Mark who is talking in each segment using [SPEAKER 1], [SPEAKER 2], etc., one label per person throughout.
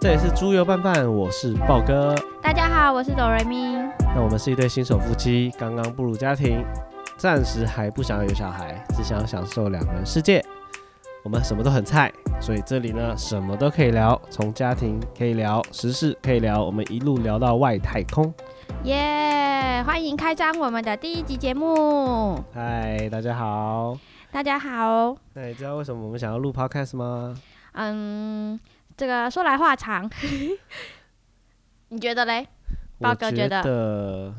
[SPEAKER 1] 这里是猪油拌饭，我是豹哥。
[SPEAKER 2] 大家好，我是哆瑞咪。
[SPEAKER 1] 那我们是一对新手夫妻，刚刚步入家庭，暂时还不想要有小孩，只想享受两人世界。我们什么都很菜，所以这里呢什么都可以聊，从家庭可以聊，时事可以聊，我们一路聊到外太空。
[SPEAKER 2] 耶、欢迎开张我们的第一集节目。
[SPEAKER 1] 嗨，大家好。
[SPEAKER 2] 大家好，
[SPEAKER 1] 那你知道为什么我们想要录 podcast 吗？
[SPEAKER 2] 嗯，这个说来话长， 你觉得嘞？豹
[SPEAKER 1] 我
[SPEAKER 2] 哥
[SPEAKER 1] 觉
[SPEAKER 2] 觉得
[SPEAKER 1] 得，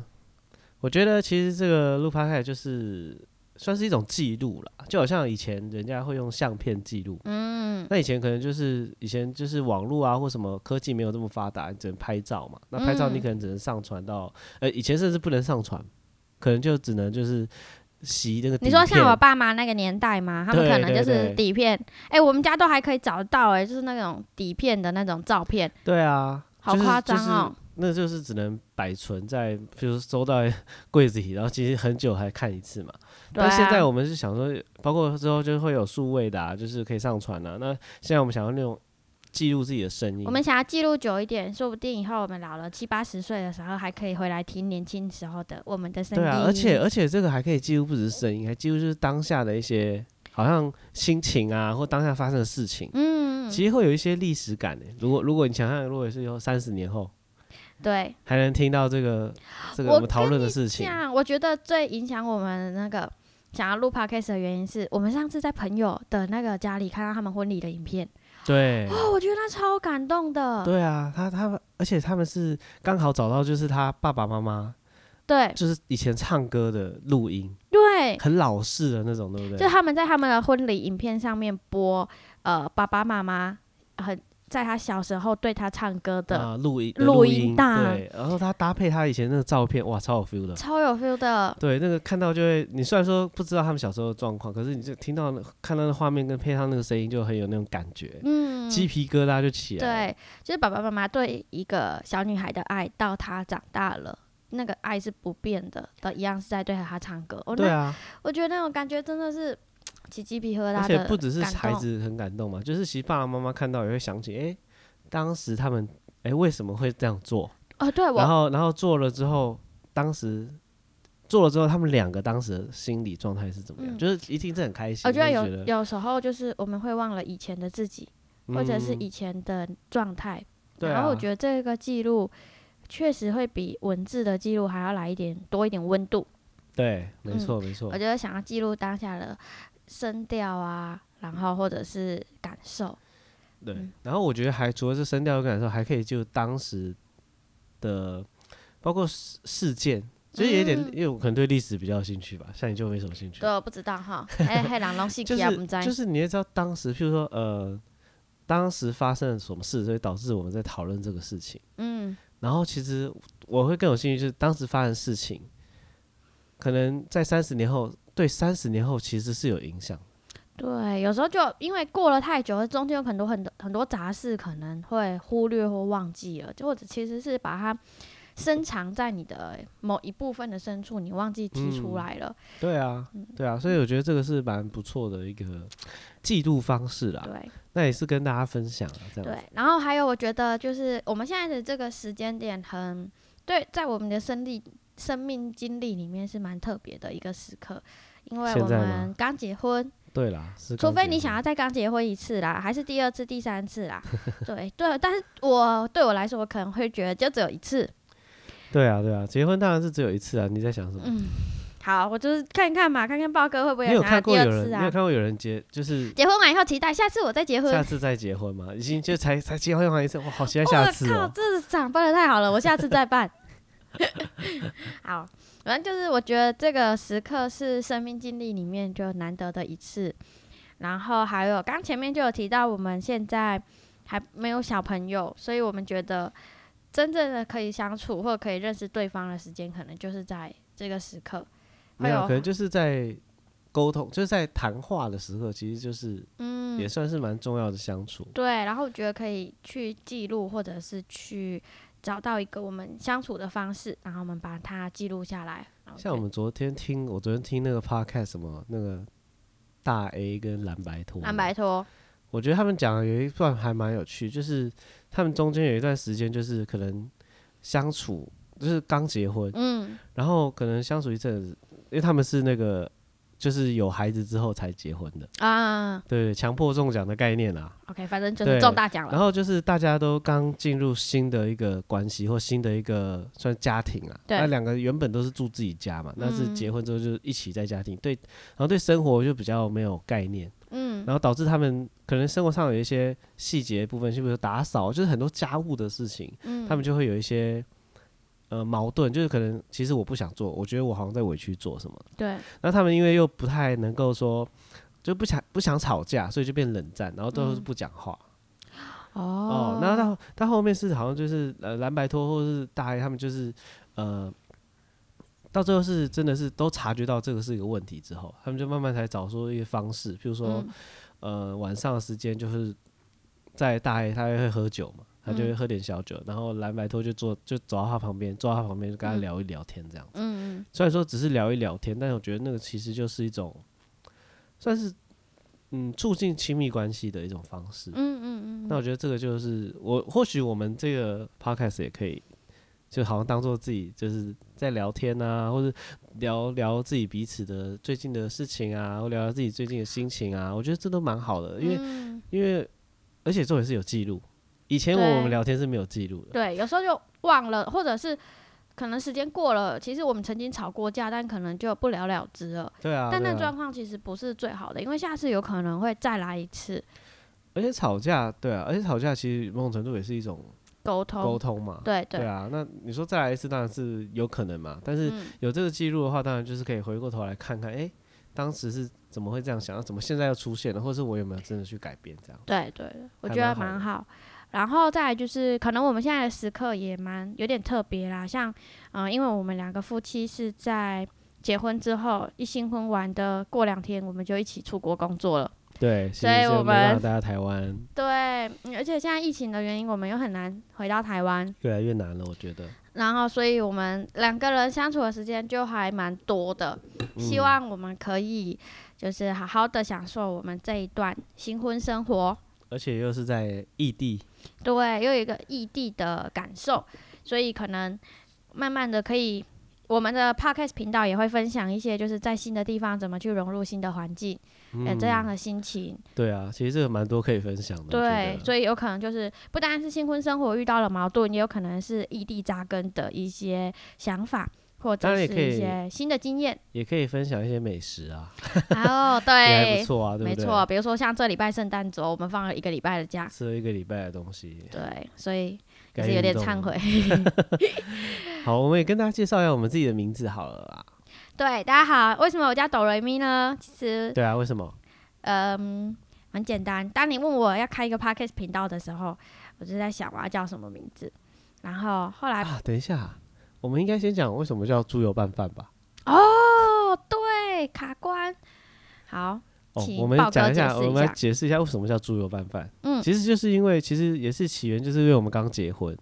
[SPEAKER 1] 我觉得其实这个录 podcast 就是算是一种记录啦，就好像以前人家会用相片记录，
[SPEAKER 2] 嗯，
[SPEAKER 1] 那以前可能就是以前就是网络啊或什么科技没有这么发达，你只能拍照嘛。那拍照你
[SPEAKER 2] 嗯
[SPEAKER 1] 可能只能上传到，呃，以前甚至不能上传，可能就只能就是洗那个底
[SPEAKER 2] 你
[SPEAKER 1] 片。
[SPEAKER 2] 说像我爸妈那个年代嘛，他们
[SPEAKER 1] 对
[SPEAKER 2] 可能
[SPEAKER 1] 对
[SPEAKER 2] 就是
[SPEAKER 1] 对
[SPEAKER 2] 底片，哎、我们家都还可以找到、哎，就是那种底片的那种照片，
[SPEAKER 1] 对啊，
[SPEAKER 2] 好
[SPEAKER 1] 就是
[SPEAKER 2] 夸张哦。
[SPEAKER 1] 就是那就是只能摆存在，比如说收到 柜子里，然后其实很久才看一次嘛。
[SPEAKER 2] 对
[SPEAKER 1] 但
[SPEAKER 2] 啊，
[SPEAKER 1] 现在我们是想说，包括之后就会有数位的、啊，就是可以上传啊。那现在我们想要那种记录自己的声音，
[SPEAKER 2] 我们想要记录久一点，说不定以后我们老了七八十岁的时候，还可以回来听年轻时候的我们的声音。
[SPEAKER 1] 对啊，而且而且这个还可以记录不只是声音，还记录就是当下的一些好像心情啊，或当下发生的事情，
[SPEAKER 2] 嗯，
[SPEAKER 1] 其实会有一些历史感的。欸如果如果你想象，如果是有三十年后
[SPEAKER 2] 对，
[SPEAKER 1] 还能听到这 个这个
[SPEAKER 2] 我
[SPEAKER 1] 我们讨论的事
[SPEAKER 2] 这
[SPEAKER 1] 情，
[SPEAKER 2] 啊样我觉得最影响我们那个想要录 podcast 的原因是，我们上次在朋友的那个家里看到他们婚礼的影片，
[SPEAKER 1] 对
[SPEAKER 2] 哦，我觉得那超感动的。
[SPEAKER 1] 对啊，他他们，而且他们是刚好找到就是他爸爸妈妈，
[SPEAKER 2] 对
[SPEAKER 1] 就是以前唱歌的录音，
[SPEAKER 2] 对，
[SPEAKER 1] 很老式的那种，对不
[SPEAKER 2] 就
[SPEAKER 1] 对？
[SPEAKER 2] 他们在他们的婚礼影片上面播，呃，爸爸妈妈很在他小时候对他唱歌的，
[SPEAKER 1] 啊，录音
[SPEAKER 2] 录音
[SPEAKER 1] 音
[SPEAKER 2] 档
[SPEAKER 1] 对，然后他搭配他以前那个照片，哇，超有 feel 的。
[SPEAKER 2] 超有 feel 的。
[SPEAKER 1] 对，那个看到就会，你虽然说不知道他们小时候的状况，可是你就听到那看到那画面跟配上那个声音，就很有那种感觉，
[SPEAKER 2] 嗯，
[SPEAKER 1] 鸡皮疙瘩就起来了。
[SPEAKER 2] 对，就是爸爸妈妈对一个小女孩的爱，到她长大了，那个爱是不变的，都一样是在对着她唱歌。哦，
[SPEAKER 1] 对
[SPEAKER 2] 那
[SPEAKER 1] 啊，
[SPEAKER 2] 我觉得那种感觉真的是起鸡皮疙瘩
[SPEAKER 1] 而
[SPEAKER 2] 的
[SPEAKER 1] 且不只是
[SPEAKER 2] 感
[SPEAKER 1] 孩
[SPEAKER 2] 动，
[SPEAKER 1] 子很感动嘛，就是其实爸爸妈妈看到也会想起，哎、当时他们哎、为什么会这样做？
[SPEAKER 2] 哦，对
[SPEAKER 1] 然
[SPEAKER 2] 我
[SPEAKER 1] 后然后做了之后，当时做了之后，他们两个当时的心理状态是怎么样？
[SPEAKER 2] 嗯
[SPEAKER 1] 就是一定是很开心，
[SPEAKER 2] 我觉得
[SPEAKER 1] 就
[SPEAKER 2] 有
[SPEAKER 1] 是觉得
[SPEAKER 2] 有时候就是我们会忘了以前的自己，或者是
[SPEAKER 1] 嗯
[SPEAKER 2] 以前的状态，
[SPEAKER 1] 对啊，
[SPEAKER 2] 然后我觉得这个记录确实会比文字的记录还要来一点多一点温度。
[SPEAKER 1] 对，没
[SPEAKER 2] 嗯
[SPEAKER 1] 错没错
[SPEAKER 2] 我，觉得想要记录当下的声调啊，然后或者是感受，
[SPEAKER 1] 对
[SPEAKER 2] 嗯。
[SPEAKER 1] 然后我觉得还除了是声调的感受，还可以就当时的包括事事件，就是有一点，
[SPEAKER 2] 嗯
[SPEAKER 1] 因为我可能对历史比较有兴趣吧，像你就没什么兴趣
[SPEAKER 2] 对，。我不知道哈， 哎，黑狼龙戏
[SPEAKER 1] 就
[SPEAKER 2] 剧啊，不
[SPEAKER 1] 是
[SPEAKER 2] 知道
[SPEAKER 1] 就是你也知道当时，譬如说呃，当时发生了什么事，所以导致我们在讨论这个事情。
[SPEAKER 2] 嗯，
[SPEAKER 1] 然后其实我会更有兴趣，就是当时发生的事情，可能在三十年后，对三十年后其实是有影响。
[SPEAKER 2] 对，有时候就因为过了太久，中间有很多很多很多杂事，可能会忽略或忘记了，就或者其实是把它深藏在你的某一部分的深处，你忘记提
[SPEAKER 1] 嗯
[SPEAKER 2] 出来了。
[SPEAKER 1] 对啊，
[SPEAKER 2] 嗯
[SPEAKER 1] 对啊，所以我觉得这个是蛮不错的一个记录方式啦。
[SPEAKER 2] 对
[SPEAKER 1] 那也是跟大家分享啊，这样子。
[SPEAKER 2] 对，然后还有我觉得就是我们现在的这个时间点很对，在我们的生历生命经历里面是蛮特别的一个时刻，因为
[SPEAKER 1] 现
[SPEAKER 2] 我
[SPEAKER 1] 在吗
[SPEAKER 2] 们刚结婚，
[SPEAKER 1] 对啦，是
[SPEAKER 2] 除
[SPEAKER 1] 刚
[SPEAKER 2] 非
[SPEAKER 1] 结
[SPEAKER 2] 你
[SPEAKER 1] 婚
[SPEAKER 2] 想要再刚结婚一次啦，还是第二次、第三 次啦，对对，但是我对我来说，我可能会觉得就只有一次。
[SPEAKER 1] 对啊，对啊，结婚当然是只有一次啊。你在想什么？
[SPEAKER 2] 嗯，好，我就是看看嘛，看看豹哥会不会
[SPEAKER 1] 你有
[SPEAKER 2] 想
[SPEAKER 1] 看
[SPEAKER 2] 要第
[SPEAKER 1] 过有
[SPEAKER 2] 二
[SPEAKER 1] 人，
[SPEAKER 2] 次
[SPEAKER 1] 你有
[SPEAKER 2] 啊。
[SPEAKER 1] 看过有人结，就是
[SPEAKER 2] 结婚完以后期待下次我再结婚。
[SPEAKER 1] 下次再结婚吗？已经就才才结婚完一次，我好期待
[SPEAKER 2] 我
[SPEAKER 1] 下次
[SPEAKER 2] 靠，
[SPEAKER 1] 哦。
[SPEAKER 2] 这场办的太好了，我下次再办。 好，反正就是我觉得这个时刻是生命经历里面就难得的一次。然后还有刚前面就有提到，我们现在还没有小朋友，所以我们觉得真正的可以相处或者可以认识对方的时间，可能就是在这个时刻。
[SPEAKER 1] 没有，
[SPEAKER 2] 哎呦
[SPEAKER 1] 可能就是在沟通，就是在谈话的时候，其实就是
[SPEAKER 2] 嗯
[SPEAKER 1] 也，算是蛮重要的相处。
[SPEAKER 2] 对。然后我觉得可以去记录，或者是去找到一个我们相处的方式，然后我们把它记录下来。然后
[SPEAKER 1] 像
[SPEAKER 2] 觉
[SPEAKER 1] 我
[SPEAKER 2] 得
[SPEAKER 1] 们昨天听，我昨天听那个 podcast 什么那个大 A 跟蓝白托，
[SPEAKER 2] 蓝白拖，
[SPEAKER 1] 我觉得他们讲的有一段还蛮有趣，就是他们中间有一段时间，就是可能相处，就是刚结婚，
[SPEAKER 2] 嗯，
[SPEAKER 1] 然后可能相处一阵子，因为他们是那个就是有孩子之后才结婚的，
[SPEAKER 2] 啊
[SPEAKER 1] 对，强迫中奖的概念啊。
[SPEAKER 2] ，OK，反正就是
[SPEAKER 1] 对
[SPEAKER 2] 中大奖
[SPEAKER 1] 然
[SPEAKER 2] 了。
[SPEAKER 1] 后就是大家都刚进入新的一个关系或新的一个算家庭啊，
[SPEAKER 2] 对
[SPEAKER 1] 那两个原本都是住自己家嘛，那是
[SPEAKER 2] 嗯
[SPEAKER 1] 结婚之后就一起在家庭，对，然后对生活就比较没有概念，
[SPEAKER 2] 嗯
[SPEAKER 1] 然后导致他们可能生活上有一些细节部分，是不是打扫，就是很多家务的事情，
[SPEAKER 2] 嗯，
[SPEAKER 1] 他们就会有一些。呃，矛盾就是可能，其实我不想做，我觉得我好像在委屈做什么。
[SPEAKER 2] 对，
[SPEAKER 1] 那他们因为又不太能够说，就不想不想吵架，所以就变冷战，然后最后是
[SPEAKER 2] 嗯
[SPEAKER 1] 不讲话。
[SPEAKER 2] 哦
[SPEAKER 1] 哦，，那到到后面是好像就是呃蓝白拖或是大黑他们就是呃，到最后是真的是都察觉到这个是一个问题之后，他们就慢慢才找出一些方式，比如说、
[SPEAKER 2] 嗯
[SPEAKER 1] 呃晚上的时间就是在大黑他会喝酒嘛，他就会
[SPEAKER 2] 嗯
[SPEAKER 1] 喝点小酒，然后蓝白拖就坐就走到他旁边，坐到他旁边就跟他
[SPEAKER 2] 嗯
[SPEAKER 1] 聊一聊天这样子。
[SPEAKER 2] 嗯嗯
[SPEAKER 1] 虽然说只是聊一聊天，但我觉得那个其实就是一种算是嗯促进亲密关系的一种方式。
[SPEAKER 2] 嗯嗯嗯，
[SPEAKER 1] 那我觉得这个就是我，或许我们这个 podcast 也可以，就好像当做自己就是在聊天啊，或者聊聊自己彼此的最近的事情啊，或聊聊自己最近的心情啊，我觉得这都蛮好的，因为、
[SPEAKER 2] 嗯
[SPEAKER 1] 因为而且重点是有记录，以前我
[SPEAKER 2] 对
[SPEAKER 1] 们聊天是没有记录的，
[SPEAKER 2] 对，有时候就忘了，或者是可能时间过了，其实我们曾经吵过架，但可能就不了了之了。
[SPEAKER 1] 对啊，
[SPEAKER 2] 但
[SPEAKER 1] 对
[SPEAKER 2] 那
[SPEAKER 1] 啊
[SPEAKER 2] 状况其实不是最好的，因为下次有可能会再来一次
[SPEAKER 1] 而且吵架，对啊，而且吵架其实某种程度也是一种
[SPEAKER 2] 沟通。
[SPEAKER 1] 沟通嘛，
[SPEAKER 2] 嗯对
[SPEAKER 1] 对
[SPEAKER 2] 对，
[SPEAKER 1] 啊，那你说再来一次当然是有可能嘛，但是
[SPEAKER 2] 嗯
[SPEAKER 1] 有这个记录的话，当然就是可以回过头来看看，哎、当时是怎么会这样想，啊怎么现在又出现了，或是我有没有真的去改变这样？
[SPEAKER 2] 对对对，我
[SPEAKER 1] 还
[SPEAKER 2] 觉得
[SPEAKER 1] 蛮好
[SPEAKER 2] 蛮
[SPEAKER 1] 的
[SPEAKER 2] 好。然后再来就是，可能我们现在的时刻也蛮有点特别啦，像嗯、呃因为我们两个夫妻是在结婚之后一新婚完的过两天，我们就一起出国工作了。
[SPEAKER 1] 对，其
[SPEAKER 2] 所以
[SPEAKER 1] 实就
[SPEAKER 2] 我
[SPEAKER 1] 没办
[SPEAKER 2] 们
[SPEAKER 1] 法待在台湾
[SPEAKER 2] 对，嗯而且现在疫情的原因，我们又很难回到台湾，
[SPEAKER 1] 越来越难了，我觉得。
[SPEAKER 2] 然后所以我们两个人相处的时间就还蛮多的。
[SPEAKER 1] 嗯
[SPEAKER 2] 希望我们可以就是好好的享受我们这一段新婚生活，
[SPEAKER 1] 而且又是在异地，
[SPEAKER 2] 对，又有一个异地的感受，所以可能慢慢的可以，我们的 podcast 频道也会分享一些就是在新的地方怎么去融入新的环境，呃这样的心情，
[SPEAKER 1] 嗯对啊，其实这个蛮多可以分享的。
[SPEAKER 2] 对，所
[SPEAKER 1] 以
[SPEAKER 2] 以有可能就是不单是新婚生活遇到了矛盾，也有可能是异地扎根的一些想法。或者
[SPEAKER 1] 当然
[SPEAKER 2] 是
[SPEAKER 1] 也可以
[SPEAKER 2] 一些新的经验，
[SPEAKER 1] 也可以分享一些美食啊，
[SPEAKER 2] 哦，
[SPEAKER 1] 也还
[SPEAKER 2] 对
[SPEAKER 1] 不，错啊，对不
[SPEAKER 2] 没
[SPEAKER 1] 对？
[SPEAKER 2] 错，，比如说像这礼拜圣诞周，我们放了一个礼拜的假，
[SPEAKER 1] 吃了一个礼拜的东西，
[SPEAKER 2] 对，所以也
[SPEAKER 1] 感
[SPEAKER 2] 是
[SPEAKER 1] 觉
[SPEAKER 2] 有点
[SPEAKER 1] 运动
[SPEAKER 2] 忏悔。
[SPEAKER 1] 好，我们也跟大家介绍一下我们自己的名字好了啦。
[SPEAKER 2] 对，大家好，为什么我叫哆瑞咪呢？其实，
[SPEAKER 1] 对啊，为什么？
[SPEAKER 2] 嗯，很简单。当你问我要开一个 podcast 频道的时候，我就在想我要叫什么名字，然后后来，
[SPEAKER 1] 啊，等一下，我们应该先讲为什么叫猪油拌饭吧。
[SPEAKER 2] 哦，对，卡关，好，
[SPEAKER 1] 哦
[SPEAKER 2] 请，
[SPEAKER 1] 我们
[SPEAKER 2] 豹哥
[SPEAKER 1] 讲一
[SPEAKER 2] 解
[SPEAKER 1] 下，
[SPEAKER 2] 释
[SPEAKER 1] 我
[SPEAKER 2] 一
[SPEAKER 1] 们来
[SPEAKER 2] 下
[SPEAKER 1] 解释一下为什么叫猪油拌饭。
[SPEAKER 2] 嗯
[SPEAKER 1] 其实就是因为，其实也是起源，就是因为我们刚结婚。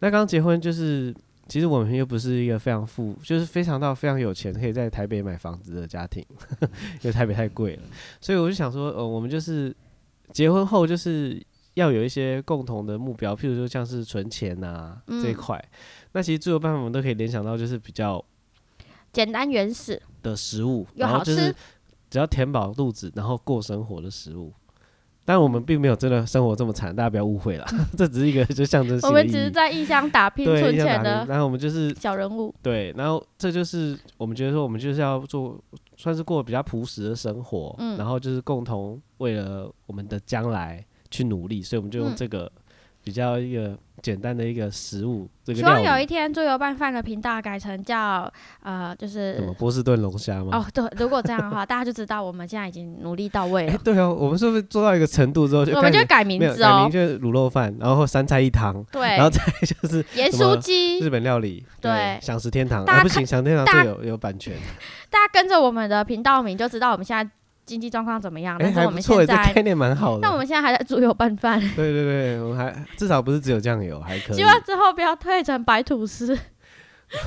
[SPEAKER 1] 那刚结婚就是，其实我们又不是一个非常富，就是非常到非常有钱，可以在台北买房子的家庭， 因为台北太贵了。所以我就想说，呃，我们就是结婚后就是要有一些共同的目标，譬如说像是存钱呐、这一
[SPEAKER 2] 嗯
[SPEAKER 1] 块。那其实猪油拌饭我们都可以联想到，就是比较
[SPEAKER 2] 简单原始，
[SPEAKER 1] 的食物，
[SPEAKER 2] 又
[SPEAKER 1] 然后
[SPEAKER 2] 好
[SPEAKER 1] 就是
[SPEAKER 2] 吃
[SPEAKER 1] 只要填饱肚子，然后过生活的食物。但我们并没有真的生活这么惨，大家不要误会 啦，这只是一个就象征性的
[SPEAKER 2] 我们
[SPEAKER 1] 意
[SPEAKER 2] 只是
[SPEAKER 1] 义
[SPEAKER 2] 在异乡打拼
[SPEAKER 1] 对
[SPEAKER 2] 存
[SPEAKER 1] 一样
[SPEAKER 2] 钱
[SPEAKER 1] 打拼
[SPEAKER 2] 的
[SPEAKER 1] 然后我们就是
[SPEAKER 2] 小人物。
[SPEAKER 1] 对，然后这就是我们觉得说我们就是要做，算是过比较朴实的生活，
[SPEAKER 2] 嗯
[SPEAKER 1] 然后就是共同为了我们的将来去努力，所以我们就用
[SPEAKER 2] 嗯
[SPEAKER 1] 这个比较一个简单的一个食物，这个
[SPEAKER 2] 希望
[SPEAKER 1] 料
[SPEAKER 2] 有一
[SPEAKER 1] 理
[SPEAKER 2] 天猪油拌饭的频道改成叫呃，就是
[SPEAKER 1] 什么波士顿龙虾吗？
[SPEAKER 2] 哦，对，如果这样的话，大家就知道我们现在已经努力到位
[SPEAKER 1] 哎、
[SPEAKER 2] 了，
[SPEAKER 1] 对哦，我们是不是做到一个程度之 后就
[SPEAKER 2] 我
[SPEAKER 1] 开
[SPEAKER 2] 们
[SPEAKER 1] 始
[SPEAKER 2] 就改名
[SPEAKER 1] 没有，
[SPEAKER 2] 字
[SPEAKER 1] 改
[SPEAKER 2] 哦
[SPEAKER 1] 名，就是卤肉饭，然后三菜一汤，
[SPEAKER 2] 对
[SPEAKER 1] 然，后再就是
[SPEAKER 2] 盐
[SPEAKER 1] 什么
[SPEAKER 2] 酥鸡
[SPEAKER 1] 日，本料理，
[SPEAKER 2] 哎对
[SPEAKER 1] 享食天堂
[SPEAKER 2] 大家
[SPEAKER 1] 啊，不行，
[SPEAKER 2] 看
[SPEAKER 1] 享食天堂
[SPEAKER 2] 大
[SPEAKER 1] 这有有版权，
[SPEAKER 2] 大家跟着我们的频道名就知道我们现在经济状况怎么样。
[SPEAKER 1] 哎，
[SPEAKER 2] 但是
[SPEAKER 1] 还
[SPEAKER 2] 我
[SPEAKER 1] 不
[SPEAKER 2] 们
[SPEAKER 1] 错，
[SPEAKER 2] 现
[SPEAKER 1] 这概
[SPEAKER 2] 在，
[SPEAKER 1] 念蛮好
[SPEAKER 2] 但我
[SPEAKER 1] 的，
[SPEAKER 2] 们现在还在猪油拌饭，
[SPEAKER 1] 对对对，我们还至少不是只有酱油，还可以
[SPEAKER 2] 希。望之后不要退成白 吐司。
[SPEAKER 1] 哎欸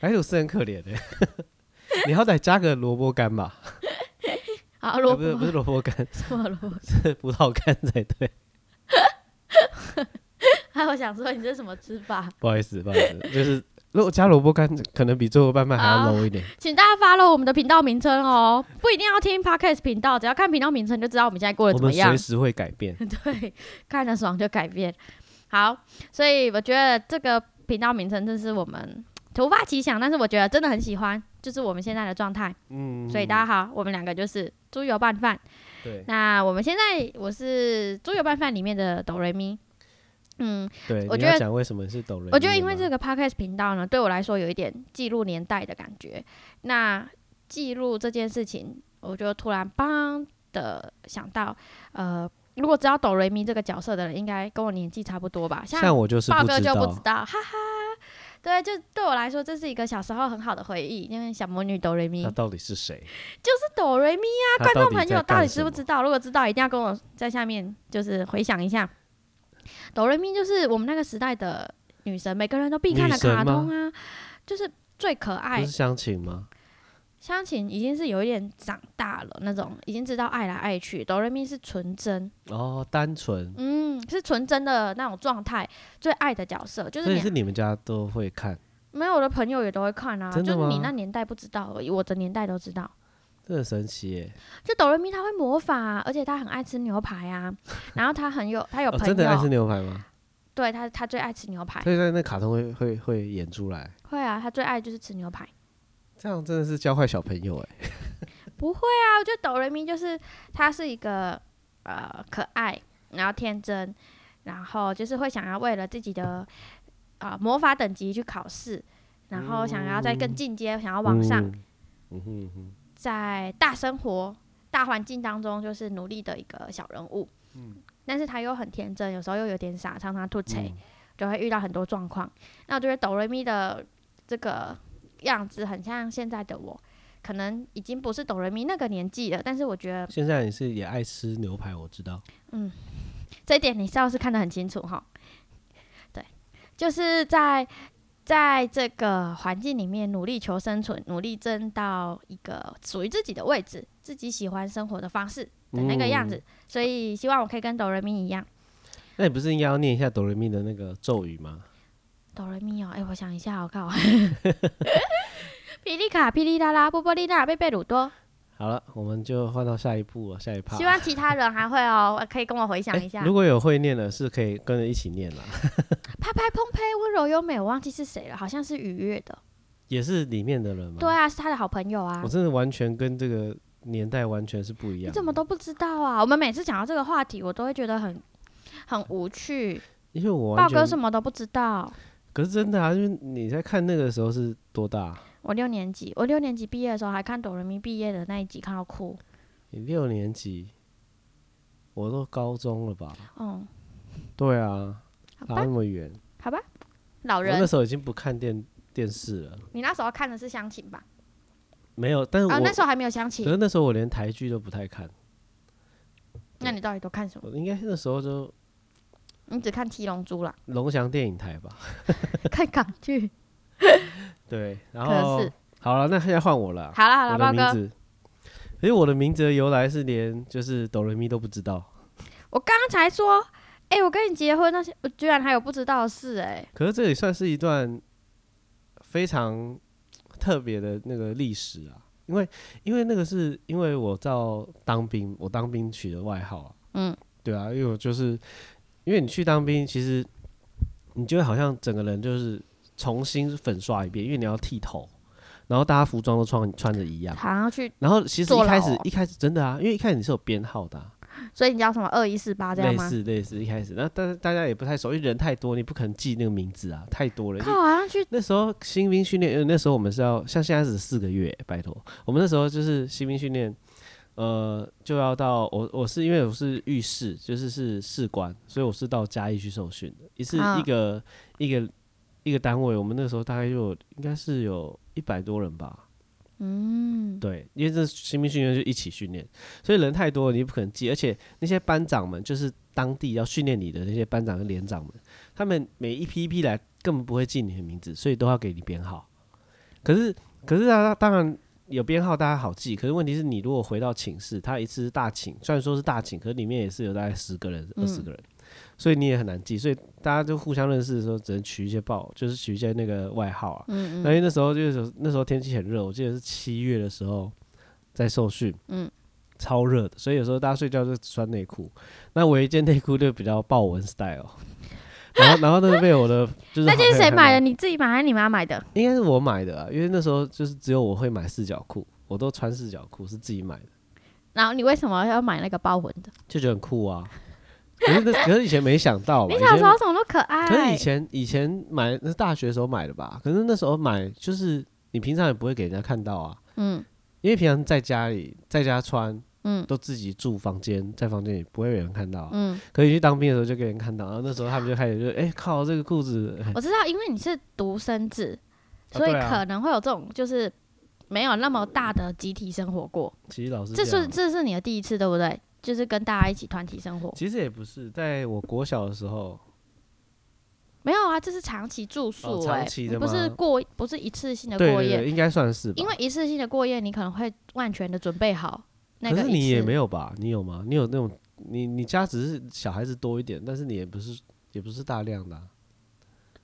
[SPEAKER 1] 白吐司很可怜的，你好歹加个萝卜干吧，
[SPEAKER 2] 啊，
[SPEAKER 1] 呃
[SPEAKER 2] 萝
[SPEAKER 1] 不是不
[SPEAKER 2] 卜
[SPEAKER 1] 是萝卜干，
[SPEAKER 2] 什么萝卜？
[SPEAKER 1] 是葡萄干才对。
[SPEAKER 2] 啊，我想说你这什么吃法？
[SPEAKER 1] 不好意思，不好意思，就是如果加萝卜干，可能比最后半半还要
[SPEAKER 2] 啊
[SPEAKER 1] low 一点。
[SPEAKER 2] 请大家 follow 我们的频道名称哦，不一定要听 podcast 频道，只要看频道名称就知道我们现在过得
[SPEAKER 1] 我
[SPEAKER 2] 怎么
[SPEAKER 1] 们
[SPEAKER 2] 样
[SPEAKER 1] 随。时会改 变。
[SPEAKER 2] 对，看着爽就改变。好，所以我觉得这个频道名称真是我们突发奇想，但是我觉得真的很喜欢，就是我们现在的状态。
[SPEAKER 1] 嗯，
[SPEAKER 2] 所以大家好，我们两个就是猪油拌饭。
[SPEAKER 1] 对
[SPEAKER 2] 那我们现在我是猪油拌饭里面的哆瑞咪。嗯，
[SPEAKER 1] 对，
[SPEAKER 2] 我
[SPEAKER 1] 你
[SPEAKER 2] 觉
[SPEAKER 1] 要
[SPEAKER 2] 得
[SPEAKER 1] 讲为什么是抖人？
[SPEAKER 2] 我觉得因为这个 podcast 频道呢，对我来说有一点记录年代的感觉。那记录这件事情，我就突然邦的想到，呃，如果知道哆瑞咪这个角色的人，应该跟我年纪差不多吧？
[SPEAKER 1] 像我就是
[SPEAKER 2] 豹
[SPEAKER 1] 不
[SPEAKER 2] 哥
[SPEAKER 1] 知
[SPEAKER 2] 就不知
[SPEAKER 1] 道，
[SPEAKER 2] 道，哈哈。对，就对我来说，这是一个小时候很好的回忆，因为小魔女哆瑞咪
[SPEAKER 1] 他
[SPEAKER 2] 是
[SPEAKER 1] 到底是谁？
[SPEAKER 2] 哆瑞咪啊。
[SPEAKER 1] 他
[SPEAKER 2] 观众
[SPEAKER 1] 底
[SPEAKER 2] 朋
[SPEAKER 1] 在
[SPEAKER 2] 友到
[SPEAKER 1] 干
[SPEAKER 2] 底
[SPEAKER 1] 什
[SPEAKER 2] 知不
[SPEAKER 1] 么
[SPEAKER 2] 知道？如果知道，一定要跟我在下面就是回想一下。哆瑞咪就是我们那个时代的女神，每个人都必看的
[SPEAKER 1] 女神
[SPEAKER 2] 卡通啊，就是最可爱
[SPEAKER 1] 不是。相亲吗？
[SPEAKER 2] 湘琴已经是有一点长大了那种，已经知道爱来爱去。哆瑞咪是纯真，
[SPEAKER 1] 哦，单纯，
[SPEAKER 2] 嗯，是纯真的那种状态，最爱的角色嗯就是
[SPEAKER 1] 所以
[SPEAKER 2] 你啊
[SPEAKER 1] 是你们家都会看，
[SPEAKER 2] 没有我的朋友也都会看啊，
[SPEAKER 1] 真
[SPEAKER 2] 就
[SPEAKER 1] 的
[SPEAKER 2] 是你
[SPEAKER 1] 吗
[SPEAKER 2] 那年代不知道而已，我的年代都知道。
[SPEAKER 1] 这很神奇耶！
[SPEAKER 2] 就哆瑞咪他会魔法、啊，而且他很爱吃牛排啊，然后他很有他有
[SPEAKER 1] 哦，
[SPEAKER 2] 朋
[SPEAKER 1] 真的
[SPEAKER 2] 友，哎
[SPEAKER 1] 爱吃牛排吗？
[SPEAKER 2] 对他他最爱吃牛排，
[SPEAKER 1] 所以在那卡通会会会演出来，
[SPEAKER 2] 会啊，他最爱就是吃牛排。
[SPEAKER 1] 这样真的是教坏小朋友哎。
[SPEAKER 2] 不会啊，我觉得哆瑞咪就是他是一个呃可爱，然后天真，然后就是会想要为了自己的啊、呃魔法等级去考试，然后想要再更进阶，想要往上，
[SPEAKER 1] 嗯，嗯哼哼，
[SPEAKER 2] 在大生活、大环境当中就是努力的一个小人物。但是他又很天真，有时候又有点傻，常常吐槽，
[SPEAKER 1] 嗯
[SPEAKER 2] 就会遇到很多状况。那我觉得哆瑞咪的这个样子很像现在的我，可能已经不是哆瑞咪那个年纪了，但是我觉得
[SPEAKER 1] 现在你是也爱吃牛排，我知道。
[SPEAKER 2] 这一点你倒是看得很清楚哈。对，就是在在这个环境里面努力求生存，努力争到一个属于自己的位置，自己喜欢生活的方式的那个样
[SPEAKER 1] 嗯
[SPEAKER 2] 子。所以希望我可以跟哆瑞咪一样。
[SPEAKER 1] 那你不是应该要念一下哆瑞咪的那个咒语吗？
[SPEAKER 2] 哆来咪哦，哎、我想一下，我靠， 霹雳卡、霹雳啦啦、波波丽娜、贝贝鲁多，
[SPEAKER 1] 好了，我们就换到下一步了，下一趴。
[SPEAKER 2] 希望其他人还会哦，呃可以跟我回想一
[SPEAKER 1] 哎
[SPEAKER 2] 下。
[SPEAKER 1] 如果有会念的，是可以跟着一起念啦。
[SPEAKER 2] 拍拍砰呸，温柔优美，我忘记是谁了，好像是愉悦的。
[SPEAKER 1] 也是里面的人吗？
[SPEAKER 2] 对啊，是他的好朋友啊
[SPEAKER 1] 我。真的完全跟这个年代完全是不一样的。
[SPEAKER 2] 你怎么都不知道啊？我们每次讲到这个话题，我都会觉得很很无趣。
[SPEAKER 1] 因为我
[SPEAKER 2] 豹
[SPEAKER 1] 完
[SPEAKER 2] 哥
[SPEAKER 1] 全
[SPEAKER 2] 什么都不知道。
[SPEAKER 1] 可是真的啊，因为你在看那个时候是多大？
[SPEAKER 2] 我六年级，我六年级毕业的时候还看哆来咪毕业的那一集，看到哭。
[SPEAKER 1] 你六年级，我都高中了吧？
[SPEAKER 2] 嗯，
[SPEAKER 1] 对啊，
[SPEAKER 2] 好
[SPEAKER 1] 打那
[SPEAKER 2] 吧，
[SPEAKER 1] 么远，
[SPEAKER 2] 好吧，老
[SPEAKER 1] 我
[SPEAKER 2] 人
[SPEAKER 1] 那，时候已经不看电电视了，
[SPEAKER 2] 你那时候看的是乡情吧？
[SPEAKER 1] 没有。但是我、
[SPEAKER 2] 啊，那时候还没有乡情
[SPEAKER 1] 可。是那时候我连台剧都不太看，
[SPEAKER 2] 那你到底都看什么？
[SPEAKER 1] 我应该那时候就
[SPEAKER 2] 你只看《七龙珠》啦，
[SPEAKER 1] 龙翔电影台吧？
[SPEAKER 2] 看港剧。
[SPEAKER 1] 对，然
[SPEAKER 2] 可
[SPEAKER 1] 后
[SPEAKER 2] 是
[SPEAKER 1] 好了，那现在换我了啊。
[SPEAKER 2] 好啦好啦，
[SPEAKER 1] 我的
[SPEAKER 2] 豹
[SPEAKER 1] 名
[SPEAKER 2] 哥，
[SPEAKER 1] 字，因为我的名字的由来是连就是哆来咪都不知道。
[SPEAKER 2] 我刚刚才说，哎、我跟你结婚那些，我居然还有不知道的事哎、
[SPEAKER 1] 可是这也算是一段非常特别的那个历史啊，因为因为那个是因为我到当兵，我当兵取的外号啊，
[SPEAKER 2] 嗯，
[SPEAKER 1] 对啊，因为我就是因为你去当兵，其实你就会好像整个人就是重新粉刷一遍，因为你要剃头，然后大家服装都穿穿着一样，
[SPEAKER 2] 好像去，
[SPEAKER 1] 然后其实一
[SPEAKER 2] 坐牢
[SPEAKER 1] 开始
[SPEAKER 2] 哦
[SPEAKER 1] 一开始真的啊，因为一开始你是有编号的啊、
[SPEAKER 2] 所以你叫什么二一四啊八这样
[SPEAKER 1] 类
[SPEAKER 2] 吗？
[SPEAKER 1] 似类似一开始，那但是大家也不太熟，因为人太多，你不可能记那个名字啊，太多了。
[SPEAKER 2] 靠，好像去
[SPEAKER 1] 那时候新兵训练，呃那时候我们是要像现在只四个月，拜托，我们那时候就是新兵训练，呃，就要到我我是因为我是御士，就是是士官，所以我是到嘉义去受训的，一次
[SPEAKER 2] 啊
[SPEAKER 1] 一个、一个一个单位，我们那时候大概就有应该是有一百多人吧，
[SPEAKER 2] 嗯，
[SPEAKER 1] 对，因为这新兵训练就一起训练，所以人太多了，你不可能记，而且那些班长们就是当地要训练你的那些班长跟连长们，他们每一批一批来，根本不会记你的名字，所以都要给你编号。可是，可是啊，当然有编号，大家好记。可是问题是你如果回到寝室，它一次是大寝，虽然说是大寝，可是里面也是有大概十个人、二十个人，所以你也很难记。所以大家就互相认识的时候，只能取一些报，就是取一些那个外号啊。
[SPEAKER 2] 嗯
[SPEAKER 1] 那因为那时候就是有那时候天气很热，我记得是七月的时候在受训，
[SPEAKER 2] 嗯
[SPEAKER 1] 超热的，所以有时候大家睡觉就穿内裤。那我有一件内裤就比较豹纹 style，然 后然后那个被我的就是
[SPEAKER 2] 那
[SPEAKER 1] 好朋
[SPEAKER 2] 件
[SPEAKER 1] 友
[SPEAKER 2] 是谁
[SPEAKER 1] 看
[SPEAKER 2] 买
[SPEAKER 1] 到
[SPEAKER 2] 的？？你自己买还是你妈买的？
[SPEAKER 1] 应该是我买的啊，因为那时候就是只有我会买四角裤，我都穿四角裤是自己买的，
[SPEAKER 2] 然后你为什么要买那个豹纹的？
[SPEAKER 1] 就觉得很酷啊。可是那可是以前没想到吧？
[SPEAKER 2] 你
[SPEAKER 1] 以
[SPEAKER 2] 小
[SPEAKER 1] 前
[SPEAKER 2] 时候怎么都可
[SPEAKER 1] 可是
[SPEAKER 2] 爱
[SPEAKER 1] 以？前以前买那是大学的时候买的吧？可是那时候买就是你平常也不会给人家看到啊。
[SPEAKER 2] 嗯
[SPEAKER 1] 因为平常在家里在家穿，
[SPEAKER 2] 嗯
[SPEAKER 1] 都自己住房间，在房间里不会有人看到、啊。
[SPEAKER 2] 嗯，啊
[SPEAKER 1] 可以去当兵的时候就给人看到，然后那时候他们就开始就哎、靠这个裤子， 哎
[SPEAKER 2] 我知道，因为你是独生子，
[SPEAKER 1] 啊
[SPEAKER 2] 所以
[SPEAKER 1] 对啊
[SPEAKER 2] 可能会有这种就是没有那么大的集体生活过。
[SPEAKER 1] 其实老师
[SPEAKER 2] 这
[SPEAKER 1] 样
[SPEAKER 2] 是这是你的第一次，对不对？就是跟大家一起团体生活。
[SPEAKER 1] 其实也不是，在我国小的时候，
[SPEAKER 2] 没有啊，这是长期住宿
[SPEAKER 1] 哦
[SPEAKER 2] 哎、
[SPEAKER 1] 长期的吗
[SPEAKER 2] 不是过不是一次性的
[SPEAKER 1] 对
[SPEAKER 2] 过
[SPEAKER 1] 对
[SPEAKER 2] 夜，
[SPEAKER 1] 对，应该算是吧。
[SPEAKER 2] 因为一次性的过夜你可能会万全的准备好那
[SPEAKER 1] 可
[SPEAKER 2] 个
[SPEAKER 1] 是你也没
[SPEAKER 2] 有
[SPEAKER 1] 有吧？你有吗？你有那种你你家只是小孩子多一点，但是你也不是也不是大量的啊、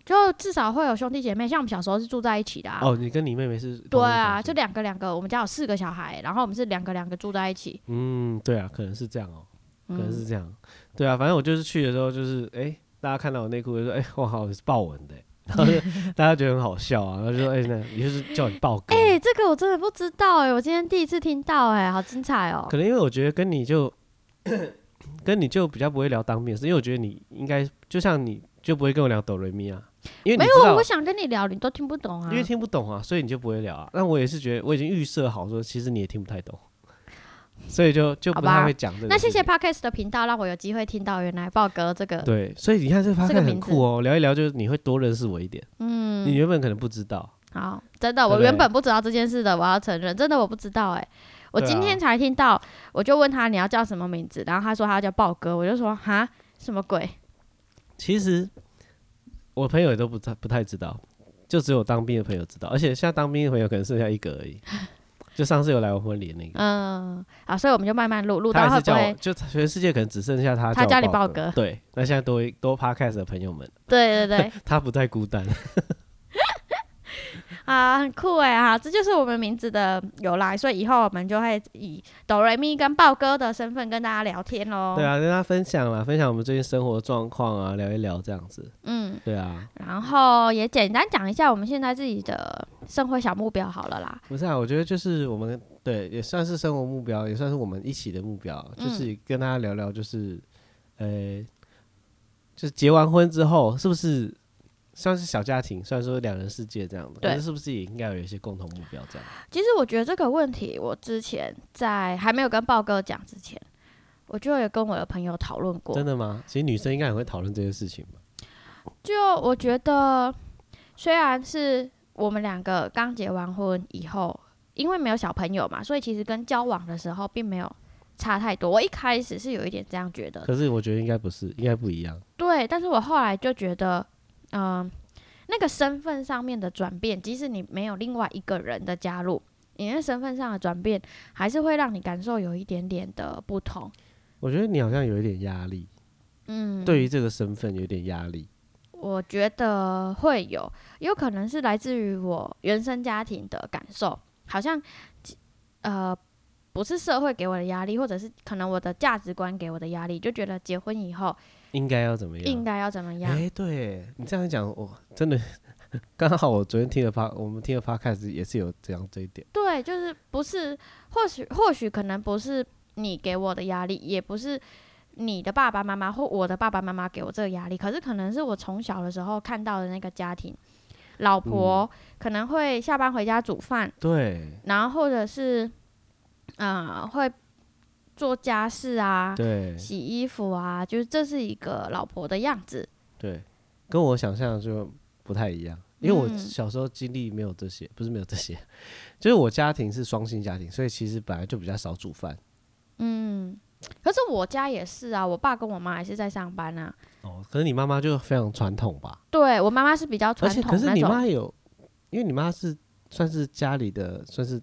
[SPEAKER 2] 就至少会有兄弟姐妹，像我们小时候是住在一起的啊。
[SPEAKER 1] 哦。你跟你妹妹是
[SPEAKER 2] 对
[SPEAKER 1] 同一个
[SPEAKER 2] 啊，
[SPEAKER 1] 房
[SPEAKER 2] 就
[SPEAKER 1] 间
[SPEAKER 2] 两个两个，我们家有四个小孩，然后我们是两个两个住在一起。
[SPEAKER 1] 嗯，对啊，可能是这样哦、可能
[SPEAKER 2] 嗯，
[SPEAKER 1] 是这样，对啊，反正我就是去的时候，就是哎、诶大家看到我内裤就说，哎、哇，好是豹纹的、欸，然后就 大家觉得很好笑啊，然后就说，哎、那也就是叫你豹哥，
[SPEAKER 2] 哎、这个我真的不知道哎、我今天第一次听到哎、好精彩哦、
[SPEAKER 1] 可能因为我觉得跟你就跟你就比较不会聊当面的事，因为我觉得你应该就像你就不会跟我聊哆瑞咪啊，因为你
[SPEAKER 2] 没
[SPEAKER 1] 知
[SPEAKER 2] 有，
[SPEAKER 1] 道
[SPEAKER 2] 我。想跟你聊，你都听不懂啊
[SPEAKER 1] 因。为听不懂啊，所以你就不会聊啊。那我也是觉得我已经预设好说，其实你也听不太懂，所以就就
[SPEAKER 2] 好
[SPEAKER 1] 不
[SPEAKER 2] 吧
[SPEAKER 1] 太会讲这个事情。
[SPEAKER 2] 那谢谢 Podcast 的频道，让我有机会听到原来豹哥这个，
[SPEAKER 1] 对，所以你看这发
[SPEAKER 2] 这
[SPEAKER 1] 现
[SPEAKER 2] 个
[SPEAKER 1] 很
[SPEAKER 2] 名字
[SPEAKER 1] 酷哦，聊一聊就是你会多认识我一点。你
[SPEAKER 2] 嗯，
[SPEAKER 1] 原本可能不知道，
[SPEAKER 2] 好，真的，
[SPEAKER 1] 对不
[SPEAKER 2] 我
[SPEAKER 1] 对
[SPEAKER 2] 原本不知道这件事的，我要承认，真的我不知道哎、我
[SPEAKER 1] 对啊
[SPEAKER 2] 今天才听到，我就问他你要叫什么名字，然后他说他要叫豹哥，我就说哈什么鬼？
[SPEAKER 1] 其实我朋友也都不太不太知道，就只有当兵的朋友知道，而且现在当兵的朋友可能剩下一个而 已。就上次有来我婚礼的那个，
[SPEAKER 2] 嗯，好，所以我们就慢慢录，录
[SPEAKER 1] 他
[SPEAKER 2] 到
[SPEAKER 1] 也
[SPEAKER 2] 会
[SPEAKER 1] 是
[SPEAKER 2] 不
[SPEAKER 1] 叫我，
[SPEAKER 2] 会？
[SPEAKER 1] 就全世界可能只剩下他
[SPEAKER 2] 他
[SPEAKER 1] 叫
[SPEAKER 2] 叫你
[SPEAKER 1] 豹
[SPEAKER 2] 豹哥
[SPEAKER 1] 对，那现在多一多 podcast 的朋友们，
[SPEAKER 2] 对对对，
[SPEAKER 1] 他不再孤单。
[SPEAKER 2] 啊，很酷哎啊，这就是我们名字的由来，所以以后我们就会以哆瑞咪跟豹哥的身份跟大家聊天喽。
[SPEAKER 1] 对，啊，跟他分享啦，分享我们最近生活状况啊，聊一聊这样子。
[SPEAKER 2] 嗯，
[SPEAKER 1] 对啊，
[SPEAKER 2] 然后也简单讲一下我们现在自己的生活小目标好了啦。
[SPEAKER 1] 不是啊，我觉得就是我们对也算是生活目标，也算是我们一起的目标，
[SPEAKER 2] 嗯
[SPEAKER 1] 就是跟大家聊聊，就是，呃，就是结完婚之后是不是算是小家庭，虽然说两人世界这样的，
[SPEAKER 2] 对
[SPEAKER 1] 但是是不是也应该有一些共同目标这样？
[SPEAKER 2] 其实我觉得这个问题，我之前在还没有跟豹哥讲之前，我就有跟我的朋友讨论过
[SPEAKER 1] 真。的吗？其实女生应该很会讨论这些事情吧？
[SPEAKER 2] 就我觉得，虽然是我们两个刚结完婚以后，因为没有小朋友嘛，所以其实跟交往的时候并没有差太多。我一开始是有一点这样觉得，
[SPEAKER 1] 可是我觉得应该不是，应该不一样。
[SPEAKER 2] 对，但是我后来就觉得，嗯、那个身份上面的转变，即使你没有另外一个人的加入，你那身份上的转变，还是会让你感受有一点点的不同。
[SPEAKER 1] 我觉得你好像有一点压力，
[SPEAKER 2] 嗯，
[SPEAKER 1] 对于这个身份有点压力。
[SPEAKER 2] 我觉得会有，也有可能是来自于我原生家庭的感受，好像呃不是社会给我的压力，或者是可能我的价值观给我的压力，就觉得结婚以后
[SPEAKER 1] 应该要怎么样？
[SPEAKER 2] 应该要怎么样。
[SPEAKER 1] 哎、对你这样一讲，我真的 刚好我昨天听的发，我们听的 podcast 也是有讲这一点。
[SPEAKER 2] 对，就是不是，或许或许可能不是你给我的压力，也不是你的爸爸妈妈或我的爸爸妈妈给我这个压力，可是可能是我从小的时候看到的那个家庭，老婆可能会下班回家煮饭，
[SPEAKER 1] 对
[SPEAKER 2] 然后或者是嗯、呃会做家事啊，
[SPEAKER 1] 对
[SPEAKER 2] 洗衣服啊，就是这是一个老婆的样子。
[SPEAKER 1] 对，跟我想象的就不太一样，因为我
[SPEAKER 2] 嗯
[SPEAKER 1] 小时候经历没有这些，不是没有这些， 就是我家庭是双薪家庭，所以其实本来就比较少煮饭。
[SPEAKER 2] 嗯，可是我家也是啊，我爸跟我妈也是在上班啊。
[SPEAKER 1] 哦，可是你妈妈就非常传统吧？
[SPEAKER 2] 对我妈妈是比较
[SPEAKER 1] 而
[SPEAKER 2] 传
[SPEAKER 1] 且
[SPEAKER 2] 统
[SPEAKER 1] 可
[SPEAKER 2] 那种，
[SPEAKER 1] 是你妈有，因为你妈是算是家里的算是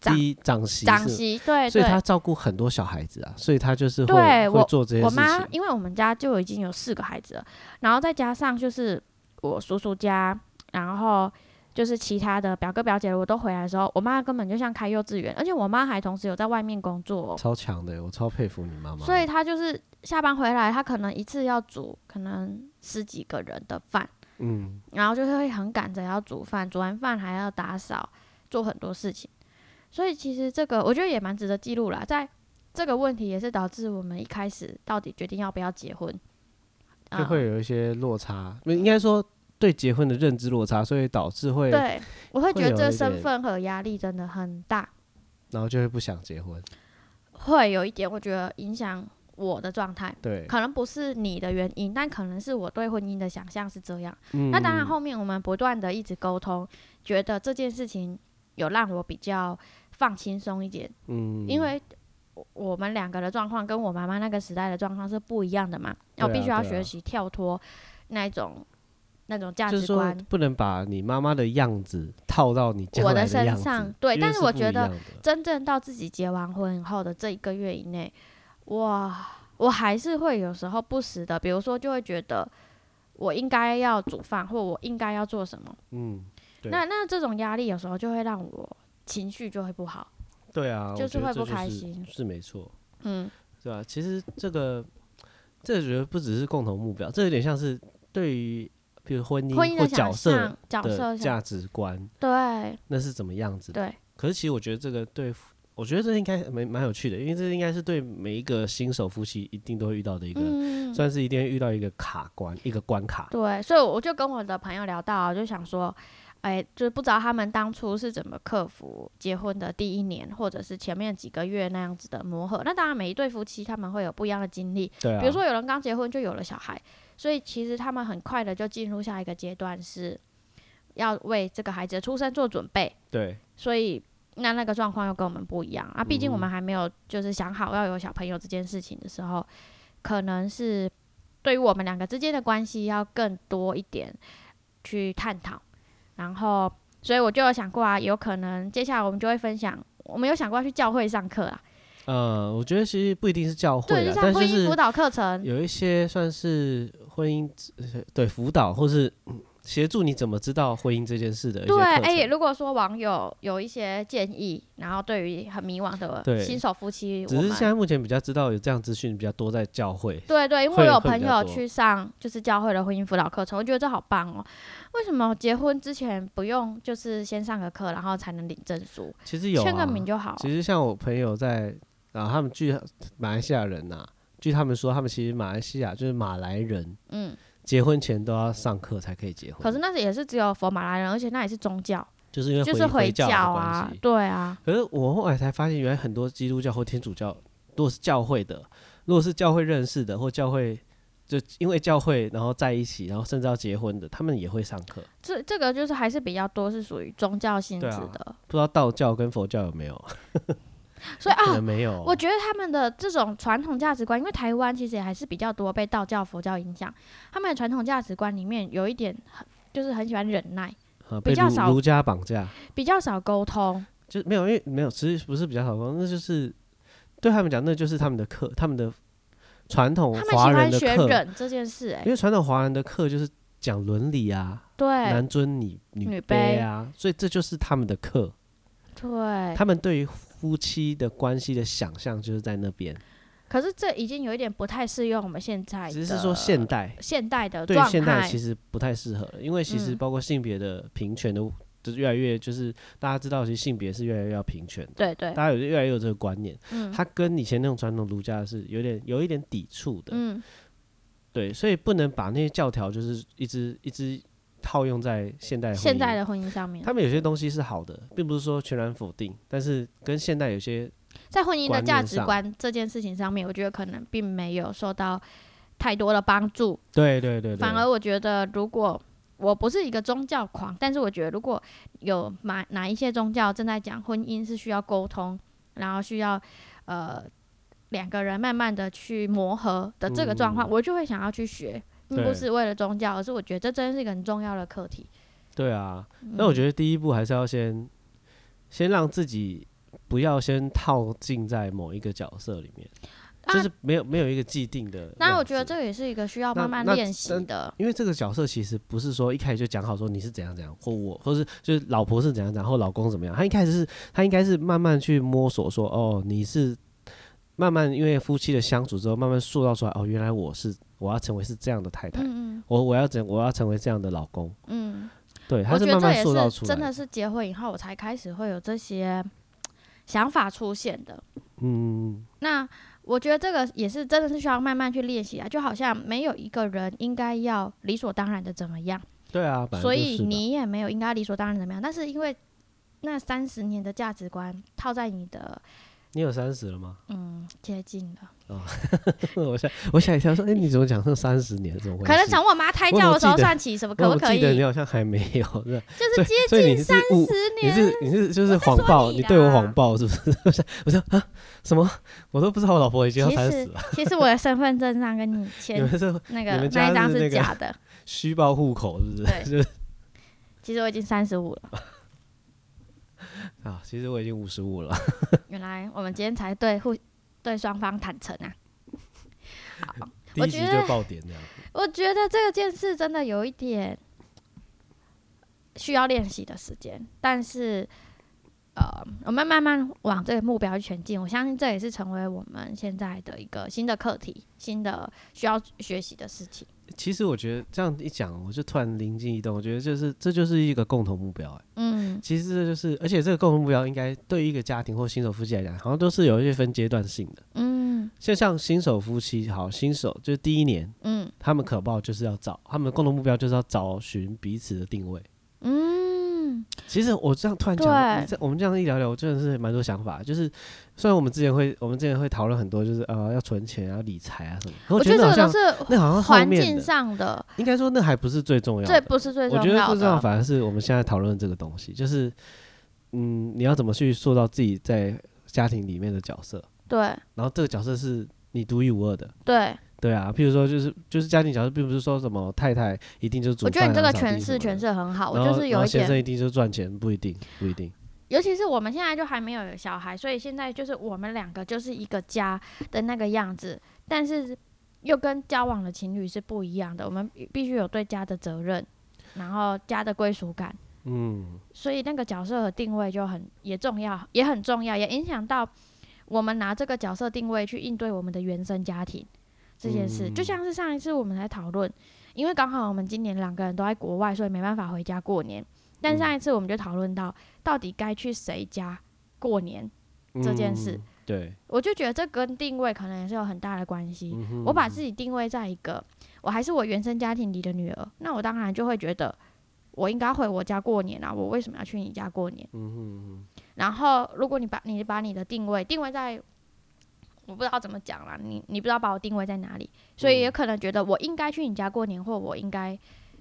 [SPEAKER 2] 长
[SPEAKER 1] 第一长媳
[SPEAKER 2] 长
[SPEAKER 1] 是，
[SPEAKER 2] 媳，哎对
[SPEAKER 1] 所以她
[SPEAKER 2] 对。
[SPEAKER 1] 照顾很多小孩子啊，所以她就是会
[SPEAKER 2] 对
[SPEAKER 1] 会做这些
[SPEAKER 2] 我
[SPEAKER 1] 事
[SPEAKER 2] 妈
[SPEAKER 1] 情。
[SPEAKER 2] 因为我们家就已经有四个孩子了，然后再加上就是我叔叔家，然后就是其他的表哥表姐我都回来的时候，我妈根本就像开幼稚园，而且我妈还同时有在外面工作哦、
[SPEAKER 1] 超强的，我超佩服你妈妈。
[SPEAKER 2] 所以她就是下班回来，她可能一次要煮可能十几个人的饭，
[SPEAKER 1] 嗯，
[SPEAKER 2] 然后就是会很赶着要煮饭，煮完饭还要打扫，做很多事情。所以其实这个我觉得也蛮值得记录啦，在这个问题也是导致我们一开始到底决定要不要结婚，嗯
[SPEAKER 1] 就会有一些落差，不应该说对结婚的认知落差，所以导致会
[SPEAKER 2] 嗯、，对，我会觉
[SPEAKER 1] 会有
[SPEAKER 2] 得
[SPEAKER 1] 一
[SPEAKER 2] 这身
[SPEAKER 1] 点
[SPEAKER 2] 份和压力真的很大，
[SPEAKER 1] 然后就会不想结婚。
[SPEAKER 2] 会有一点我觉得影响我的状态，
[SPEAKER 1] 对，
[SPEAKER 2] 可能不是你的原因，但可能是我对婚姻的想象是这样。
[SPEAKER 1] 嗯
[SPEAKER 2] 那当然，后面我们不断的一直沟通，觉得这件事情有让我比较放轻松一点，
[SPEAKER 1] 嗯，
[SPEAKER 2] 因为我我们两个的状况跟我妈妈那个时代的状况是不一样的嘛，那我
[SPEAKER 1] 对啊
[SPEAKER 2] 必须要
[SPEAKER 1] 对啊
[SPEAKER 2] 学习跳脱那一种那种价
[SPEAKER 1] 就是
[SPEAKER 2] 值
[SPEAKER 1] 说
[SPEAKER 2] 观。
[SPEAKER 1] 不能把你妈妈的样子套到你将
[SPEAKER 2] 我的
[SPEAKER 1] 来
[SPEAKER 2] 身
[SPEAKER 1] 样子
[SPEAKER 2] 上对
[SPEAKER 1] 因为
[SPEAKER 2] 但是
[SPEAKER 1] 是
[SPEAKER 2] 我
[SPEAKER 1] 不
[SPEAKER 2] 觉
[SPEAKER 1] 一
[SPEAKER 2] 得
[SPEAKER 1] 样的
[SPEAKER 2] 真正到自己结完婚以后的这一个月以内，哇，我还是会有时候不时的，比如说就会觉得我应该要煮饭，或我应该要做什么。
[SPEAKER 1] 嗯，对
[SPEAKER 2] 那那这种压力有时候就会让我情绪就会不好，
[SPEAKER 1] 对啊，
[SPEAKER 2] 就
[SPEAKER 1] 我
[SPEAKER 2] 是
[SPEAKER 1] 觉得
[SPEAKER 2] 会
[SPEAKER 1] 这
[SPEAKER 2] 不开
[SPEAKER 1] 是
[SPEAKER 2] 心
[SPEAKER 1] 是没错，
[SPEAKER 2] 嗯，
[SPEAKER 1] 对吧、其实这个这个觉得不只是共同目标，这有点像是对于比如婚姻
[SPEAKER 2] 婚姻
[SPEAKER 1] 或
[SPEAKER 2] 的
[SPEAKER 1] 角
[SPEAKER 2] 想
[SPEAKER 1] 色
[SPEAKER 2] 象、角色
[SPEAKER 1] 的
[SPEAKER 2] 想
[SPEAKER 1] 价值观，
[SPEAKER 2] 对
[SPEAKER 1] 那是怎么样子的？
[SPEAKER 2] 对，
[SPEAKER 1] 可是其实我觉得这个对夫，我觉得这应该蛮蛮有趣的，因为这应该是对每一个新手夫妻一定都会遇到的一个，
[SPEAKER 2] 嗯，
[SPEAKER 1] 算是一定会遇到一个卡关，一个关卡。
[SPEAKER 2] 对，所以我就跟我的朋友聊到啊，就想说，哎，就是不知道他们当初是怎么克服结婚的第一年，或者是前面几个月那样子的磨合。那当然，每一对夫妻他们会有不一样的经历，
[SPEAKER 1] 对啊，
[SPEAKER 2] 比如说有人刚结婚就有了小孩，所以其实他们很快的就进入下一个阶段，是要为这个孩子的出生做准备。
[SPEAKER 1] 对，
[SPEAKER 2] 所以那那个状况又跟我们不一样
[SPEAKER 1] 嗯
[SPEAKER 2] 啊。毕竟我们还没有就是想好要有小朋友这件事情的时候，可能是对于我们两个之间的关系要更多一点去探讨。然后，所以我就有想过啊，有可能接下来我们就会分享，我们有想过要去教会上课啊，
[SPEAKER 1] 呃，我觉得其实不一定是教会
[SPEAKER 2] 对，就
[SPEAKER 1] 啦，
[SPEAKER 2] 像
[SPEAKER 1] 但
[SPEAKER 2] 婚
[SPEAKER 1] 就
[SPEAKER 2] 姻
[SPEAKER 1] 是
[SPEAKER 2] 辅导课程，
[SPEAKER 1] 有一些算是婚姻呃对辅导，或是嗯协助你怎么知道婚姻这件事的一些
[SPEAKER 2] 对，
[SPEAKER 1] 课
[SPEAKER 2] 哎、
[SPEAKER 1] 程。
[SPEAKER 2] 如果说网友有一些建议，然后对于很迷惘
[SPEAKER 1] 对
[SPEAKER 2] 的新手夫妻，
[SPEAKER 1] 只
[SPEAKER 2] 我
[SPEAKER 1] 是
[SPEAKER 2] 们
[SPEAKER 1] 现在目前比较知道有这样资讯比较多在教会，
[SPEAKER 2] 对对，因为
[SPEAKER 1] 会
[SPEAKER 2] 我有
[SPEAKER 1] 会比
[SPEAKER 2] 朋
[SPEAKER 1] 较
[SPEAKER 2] 友
[SPEAKER 1] 多
[SPEAKER 2] 去上就是教会的婚姻辅导课程，我觉得这好棒哦。为什么结婚之前不用就是先上个课，然后才能领证书，
[SPEAKER 1] 其实有、啊、
[SPEAKER 2] 签个名就好？
[SPEAKER 1] 其实像我朋友在啊，他们据马来西亚人呐、据他们说，他们其实马来西亚就是马来人
[SPEAKER 2] 嗯，
[SPEAKER 1] 结婚前都要上课才可以结婚，
[SPEAKER 2] 可是那也是只有佛马来人，而且那也是宗教，
[SPEAKER 1] 就是因为
[SPEAKER 2] 就是
[SPEAKER 1] 回
[SPEAKER 2] 教
[SPEAKER 1] 教的关
[SPEAKER 2] 啊
[SPEAKER 1] 系，。
[SPEAKER 2] 对啊，
[SPEAKER 1] 可是我后来才发现，原来很多基督教或天主教，如果是教会的，如果是教会认识的或教会就因为教会然后在一起，然后甚至要结婚的，他们也会上课。
[SPEAKER 2] 这这个就是还是比较多是属于宗教性质
[SPEAKER 1] 对啊
[SPEAKER 2] 的，
[SPEAKER 1] 不知道道教跟佛教有没有？
[SPEAKER 2] 所以
[SPEAKER 1] 可
[SPEAKER 2] 啊
[SPEAKER 1] 能。没有哦。
[SPEAKER 2] 我觉得他们的这种传统价值观，因为台湾其实也还是比较多被道教、佛教影响。他们的传统价值观里面有一点很，就是很喜欢忍耐，
[SPEAKER 1] 啊被
[SPEAKER 2] 比较
[SPEAKER 1] 儒
[SPEAKER 2] 少
[SPEAKER 1] 儒家绑架，
[SPEAKER 2] 比较少沟通。
[SPEAKER 1] 就没有，因为没有，其实不是比较好说，那就是对他们讲，那就是他们的课，他们的传统
[SPEAKER 2] 他们
[SPEAKER 1] 哦华
[SPEAKER 2] 喜
[SPEAKER 1] 人
[SPEAKER 2] 欢
[SPEAKER 1] 的
[SPEAKER 2] 学
[SPEAKER 1] 课，
[SPEAKER 2] 忍这件事、哎
[SPEAKER 1] 因，为传统华人的课就是讲伦理啊，
[SPEAKER 2] 对
[SPEAKER 1] 男尊女
[SPEAKER 2] 女
[SPEAKER 1] 卑
[SPEAKER 2] 卑
[SPEAKER 1] 啊，所以这就是他们的课。
[SPEAKER 2] 对。
[SPEAKER 1] 他们对于夫妻的关系的想象就是在那边，
[SPEAKER 2] 可是这已经有一点不太适用我们现在的，
[SPEAKER 1] 只是说现代
[SPEAKER 2] 现代的
[SPEAKER 1] 对
[SPEAKER 2] 状态。
[SPEAKER 1] 现代其实不太适合了，因为其实
[SPEAKER 2] 嗯
[SPEAKER 1] 包括性别的平权的，就是越来越就是大家知道，其实性别是越来越要平权的，
[SPEAKER 2] 对对
[SPEAKER 1] 大，家有越来越有这个观念，
[SPEAKER 2] 嗯
[SPEAKER 1] 它跟以前那种传统儒家是有点有一点抵触的，
[SPEAKER 2] 嗯，
[SPEAKER 1] 对，所以不能把那些教条就是一直一直套用在现代婚姻
[SPEAKER 2] 现在的婚姻上面，
[SPEAKER 1] 他们有些东西是好的，并不是说全然否定，但是跟现代有些
[SPEAKER 2] 在婚姻的
[SPEAKER 1] 观
[SPEAKER 2] 价
[SPEAKER 1] 念
[SPEAKER 2] 值
[SPEAKER 1] 上
[SPEAKER 2] 观这件事情上面，我觉得可能并没有受到太多的帮助。
[SPEAKER 1] 对对对对，
[SPEAKER 2] 反而我觉得，如果我不是一个宗教狂，但是我觉得如果有哪哪一些宗教正在讲婚姻是需要沟通，然后需要呃两个人慢慢的去磨合的这个状况，
[SPEAKER 1] 嗯
[SPEAKER 2] 我就会想要去学，并
[SPEAKER 1] 对
[SPEAKER 2] 不是为了宗教，而是我觉得这真是一个很重要的课题。嗯
[SPEAKER 1] 对啊，那我觉得第一步还是要先先让自己不要先套进在某一个角色里面，
[SPEAKER 2] 啊
[SPEAKER 1] 就是没有没有一个既定的样子。
[SPEAKER 2] 那我觉得这个也是一个需要
[SPEAKER 1] 那
[SPEAKER 2] 慢慢
[SPEAKER 1] 那
[SPEAKER 2] 练习
[SPEAKER 1] 真
[SPEAKER 2] 的。
[SPEAKER 1] 因为这个角色其实不是说一开始就讲好说你是怎样怎样，或我，或是就是老婆是怎样怎样，或老公怎么样。他一开始是，他应该是慢慢去摸索说，哦，你是慢慢因为夫妻的相处之后，慢慢塑造出来，哦，原来我是我要成为是这样的太太，
[SPEAKER 2] 嗯
[SPEAKER 1] 我我要怎我要成为这样的老公，
[SPEAKER 2] 嗯嗯，
[SPEAKER 1] 对，他
[SPEAKER 2] 我
[SPEAKER 1] 是
[SPEAKER 2] 觉
[SPEAKER 1] 慢
[SPEAKER 2] 得这
[SPEAKER 1] 慢
[SPEAKER 2] 也
[SPEAKER 1] 塑造
[SPEAKER 2] 是
[SPEAKER 1] 出
[SPEAKER 2] 真的
[SPEAKER 1] 来。
[SPEAKER 2] 是结婚以后我才开始会有这些想法出现的。
[SPEAKER 1] 嗯，
[SPEAKER 2] 那我觉得这个也是真的是需要慢慢去练习啊，就好像没有一个人应该要理所当然的怎么样，
[SPEAKER 1] 对啊，本来
[SPEAKER 2] 所
[SPEAKER 1] 就是
[SPEAKER 2] 以
[SPEAKER 1] 嘛
[SPEAKER 2] 你也没有应该理所当然地怎么样。但是因为那三十年的价值观套在你的
[SPEAKER 1] 你有三十了吗？
[SPEAKER 2] 嗯接近了，
[SPEAKER 1] 我想我想一跳说，哎、你怎么讲这三十年？怎么回事？
[SPEAKER 2] 可能从我妈胎
[SPEAKER 1] 我怎
[SPEAKER 2] 教
[SPEAKER 1] 么
[SPEAKER 2] 的时候
[SPEAKER 1] 记得
[SPEAKER 2] 算起，什么可
[SPEAKER 1] 我
[SPEAKER 2] 不可
[SPEAKER 1] 记
[SPEAKER 2] 以？
[SPEAKER 1] 得你好像还没有，是吧
[SPEAKER 2] 就是
[SPEAKER 1] 所
[SPEAKER 2] 接
[SPEAKER 1] 以所以
[SPEAKER 2] 近
[SPEAKER 1] 你是
[SPEAKER 2] 三
[SPEAKER 1] 误
[SPEAKER 2] 十
[SPEAKER 1] 你
[SPEAKER 2] 年，
[SPEAKER 1] 是你是就是
[SPEAKER 2] 我在
[SPEAKER 1] 谎
[SPEAKER 2] 说
[SPEAKER 1] 报，
[SPEAKER 2] 你
[SPEAKER 1] 你对我
[SPEAKER 2] 啦
[SPEAKER 1] 谎报是不是？ 我想我说啊什么？我都不知道我老婆已经要
[SPEAKER 2] 其
[SPEAKER 1] 三十
[SPEAKER 2] 实
[SPEAKER 1] 了。
[SPEAKER 2] 其实我的身份证上跟你
[SPEAKER 1] 你
[SPEAKER 2] 签
[SPEAKER 1] 们是
[SPEAKER 2] 那
[SPEAKER 1] 你
[SPEAKER 2] 个
[SPEAKER 1] 们
[SPEAKER 2] 那
[SPEAKER 1] 家
[SPEAKER 2] 一张
[SPEAKER 1] 是那
[SPEAKER 2] 是
[SPEAKER 1] 个
[SPEAKER 2] 假的，
[SPEAKER 1] 虚报户口是不
[SPEAKER 2] 对
[SPEAKER 1] 是？就是
[SPEAKER 2] 其实我已经三十五了。
[SPEAKER 1] 啊，其实我已经五十五了。
[SPEAKER 2] 原来我们今天才对互对双方坦诚啊。
[SPEAKER 1] 第
[SPEAKER 2] 我
[SPEAKER 1] 一
[SPEAKER 2] 觉
[SPEAKER 1] 集就
[SPEAKER 2] 得
[SPEAKER 1] 爆点这样。
[SPEAKER 2] 我觉得这件事真的有一点需要练习的时间，但是呃，我们慢慢往这个目标去前进，我相信这也是成为我们现在的一个新的课题，新的需要学习的事情。
[SPEAKER 1] 其实我觉得这样一讲，我就突然灵机一动，我觉得就是这就是一个共同目标、哎，
[SPEAKER 2] 嗯，
[SPEAKER 1] 其实这就是，而且这个共同目标应该对于一个家庭或新手夫妻来讲，好像都是有一些分阶段性的。
[SPEAKER 2] 嗯
[SPEAKER 1] 就像新手夫妻，好，新手就是第一年，
[SPEAKER 2] 嗯
[SPEAKER 1] 他们可报就是要找，他们的共同目标就是要找寻彼此的定位。
[SPEAKER 2] 嗯，
[SPEAKER 1] 其实我这样突然讲，
[SPEAKER 2] 对
[SPEAKER 1] 你这我们这样一聊聊，我真的是蛮多想法。就是虽然我们之前会，我们之前会讨论很多，就是呃要存钱、要理财啊什么。可
[SPEAKER 2] 我
[SPEAKER 1] 觉
[SPEAKER 2] 觉
[SPEAKER 1] 得
[SPEAKER 2] 得
[SPEAKER 1] 好
[SPEAKER 2] 这
[SPEAKER 1] 像
[SPEAKER 2] 个都是
[SPEAKER 1] 那好像后
[SPEAKER 2] 环
[SPEAKER 1] 面
[SPEAKER 2] 境
[SPEAKER 1] 的，
[SPEAKER 2] 上的，
[SPEAKER 1] 应该说那还不是最重要
[SPEAKER 2] 这
[SPEAKER 1] 的。
[SPEAKER 2] 不是最
[SPEAKER 1] 我
[SPEAKER 2] 重
[SPEAKER 1] 觉得
[SPEAKER 2] 要
[SPEAKER 1] 最重要
[SPEAKER 2] 的。啊
[SPEAKER 1] 反而是我们现在讨论的这个东西，就是嗯，你要怎么去塑造自己在家庭里面的角色，
[SPEAKER 2] 对
[SPEAKER 1] 然后这个角色是你独一无二的。
[SPEAKER 2] 对，
[SPEAKER 1] 对啊，譬如说就是就是家庭角色，并不是说什么太太一定就是煮
[SPEAKER 2] 我
[SPEAKER 1] 饭、
[SPEAKER 2] 觉得你这个
[SPEAKER 1] 扫地
[SPEAKER 2] 诠
[SPEAKER 1] 什
[SPEAKER 2] 释
[SPEAKER 1] 么的
[SPEAKER 2] 诠释很好，我
[SPEAKER 1] 然后
[SPEAKER 2] 就是
[SPEAKER 1] 然
[SPEAKER 2] 有
[SPEAKER 1] 后
[SPEAKER 2] 一
[SPEAKER 1] 先
[SPEAKER 2] 点
[SPEAKER 1] 生一定就赚钱，不一定，不一定。
[SPEAKER 2] 尤其是我们现在就还没有小孩，所以现在就是我们两个就是一个家的那个样子，但是又跟交往的情侣是不一样的。我们必必须有对家的责任，然后家的归属感，
[SPEAKER 1] 嗯，
[SPEAKER 2] 所以那个角色的定位就很也重要，也很重要，也影响到我们拿这个角色定位去应对我们的原生家庭这件事。
[SPEAKER 1] 嗯
[SPEAKER 2] 就像是上一次我们来讨论，因为刚好我们今年两个人都在国外，所以没办法回家过年。但上一次我们就讨论到，到底该去谁家过年，这件事
[SPEAKER 1] 嗯对，
[SPEAKER 2] 我就觉得这跟定位可能也是有很大的关系。
[SPEAKER 1] 嗯哼
[SPEAKER 2] 我把自己定位在一个我还是我原生家庭里的女儿，那我当然就会觉得我应该回我家过年啊，我为什么要去你家过年？
[SPEAKER 1] 嗯哼
[SPEAKER 2] 然后，如果你把你把你的定位定位在，我不知道怎么讲啦，你你不知道把我定位在哪里，所以也可能觉得我应该去你家过年，或我应该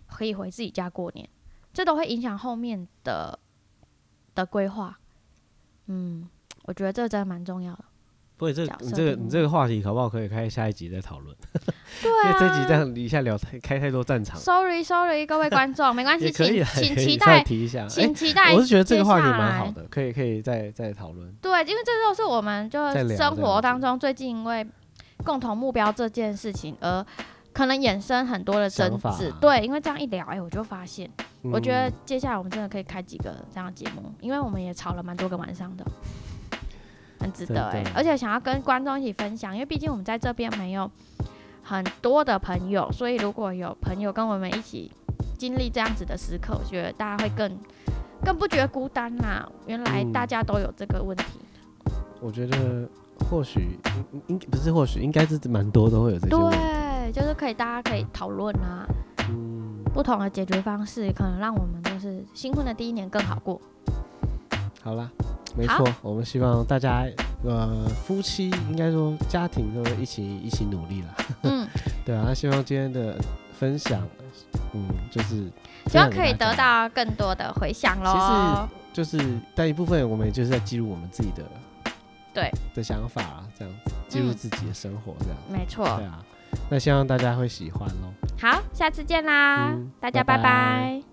[SPEAKER 2] 可以回自己家过年，这都会影响后面的的规划。嗯，我觉得这真的蛮重要的。
[SPEAKER 1] 不过你这个
[SPEAKER 2] 角
[SPEAKER 1] 你
[SPEAKER 2] 色
[SPEAKER 1] 这个
[SPEAKER 2] 定
[SPEAKER 1] 你
[SPEAKER 2] 位
[SPEAKER 1] 这个话题搞不好可以开下一集再讨论，因
[SPEAKER 2] 对
[SPEAKER 1] 为
[SPEAKER 2] 啊，
[SPEAKER 1] 这集这样一下聊太开太多战场，
[SPEAKER 2] sorry sorry，各位 观众，没关系，
[SPEAKER 1] 也可
[SPEAKER 2] 请
[SPEAKER 1] 以啦也
[SPEAKER 2] 请
[SPEAKER 1] 可以
[SPEAKER 2] 期
[SPEAKER 1] 再
[SPEAKER 2] 待，
[SPEAKER 1] 提一下。
[SPEAKER 2] 请
[SPEAKER 1] 哎，
[SPEAKER 2] 期待。
[SPEAKER 1] 我是觉得这个话题蛮
[SPEAKER 2] 的
[SPEAKER 1] 好。的，可以可以再再讨论。
[SPEAKER 2] 对，因为这都是我们就
[SPEAKER 1] 在
[SPEAKER 2] 是
[SPEAKER 1] 聊
[SPEAKER 2] 生
[SPEAKER 1] 这样子
[SPEAKER 2] 活当中最近因为共同目标这件事情而可能衍生很多的争
[SPEAKER 1] 想法啊
[SPEAKER 2] 执。对，因为这样一聊，哎、我就发现，我觉得
[SPEAKER 1] 嗯
[SPEAKER 2] 接下来我们真的可以开几个这样的节目，因为我们也吵了蛮多个晚上的。很值得哎、
[SPEAKER 1] 真的
[SPEAKER 2] 而且想要跟观众一起分享，因为毕竟我们在这边没有很多的朋友，所以如果有朋友跟我们一起经历这样子的时刻，我觉得大家会更更不觉得孤单啦。原来
[SPEAKER 1] 嗯
[SPEAKER 2] 大家都有这个问题，
[SPEAKER 1] 我觉得或许应应不是或许应该是蛮多都会有这些问题。
[SPEAKER 2] 对，就是可以，大家可以讨论啊，
[SPEAKER 1] 嗯，
[SPEAKER 2] 不同的解决方式，可能让我们就是新婚的第一年更好 过。
[SPEAKER 1] 好啦，没
[SPEAKER 2] 好
[SPEAKER 1] 错，我们希望大家呃夫妻应该说家庭都一起一起努力啦。
[SPEAKER 2] 嗯，
[SPEAKER 1] 对啊，那希望今天的分享，嗯，就是
[SPEAKER 2] 希望可
[SPEAKER 1] 分享
[SPEAKER 2] 以得
[SPEAKER 1] 给大家，
[SPEAKER 2] 到更多的回响喽。
[SPEAKER 1] 就是但一部分我们也就是在记录我们自己的
[SPEAKER 2] 对嗯
[SPEAKER 1] 的想法啊，这样子记录自己的生活这样，
[SPEAKER 2] 没错，
[SPEAKER 1] 对啊，那希望大家会喜欢喽。
[SPEAKER 2] 好，下次见啦，
[SPEAKER 1] 嗯
[SPEAKER 2] 大家
[SPEAKER 1] 拜拜
[SPEAKER 2] 拜拜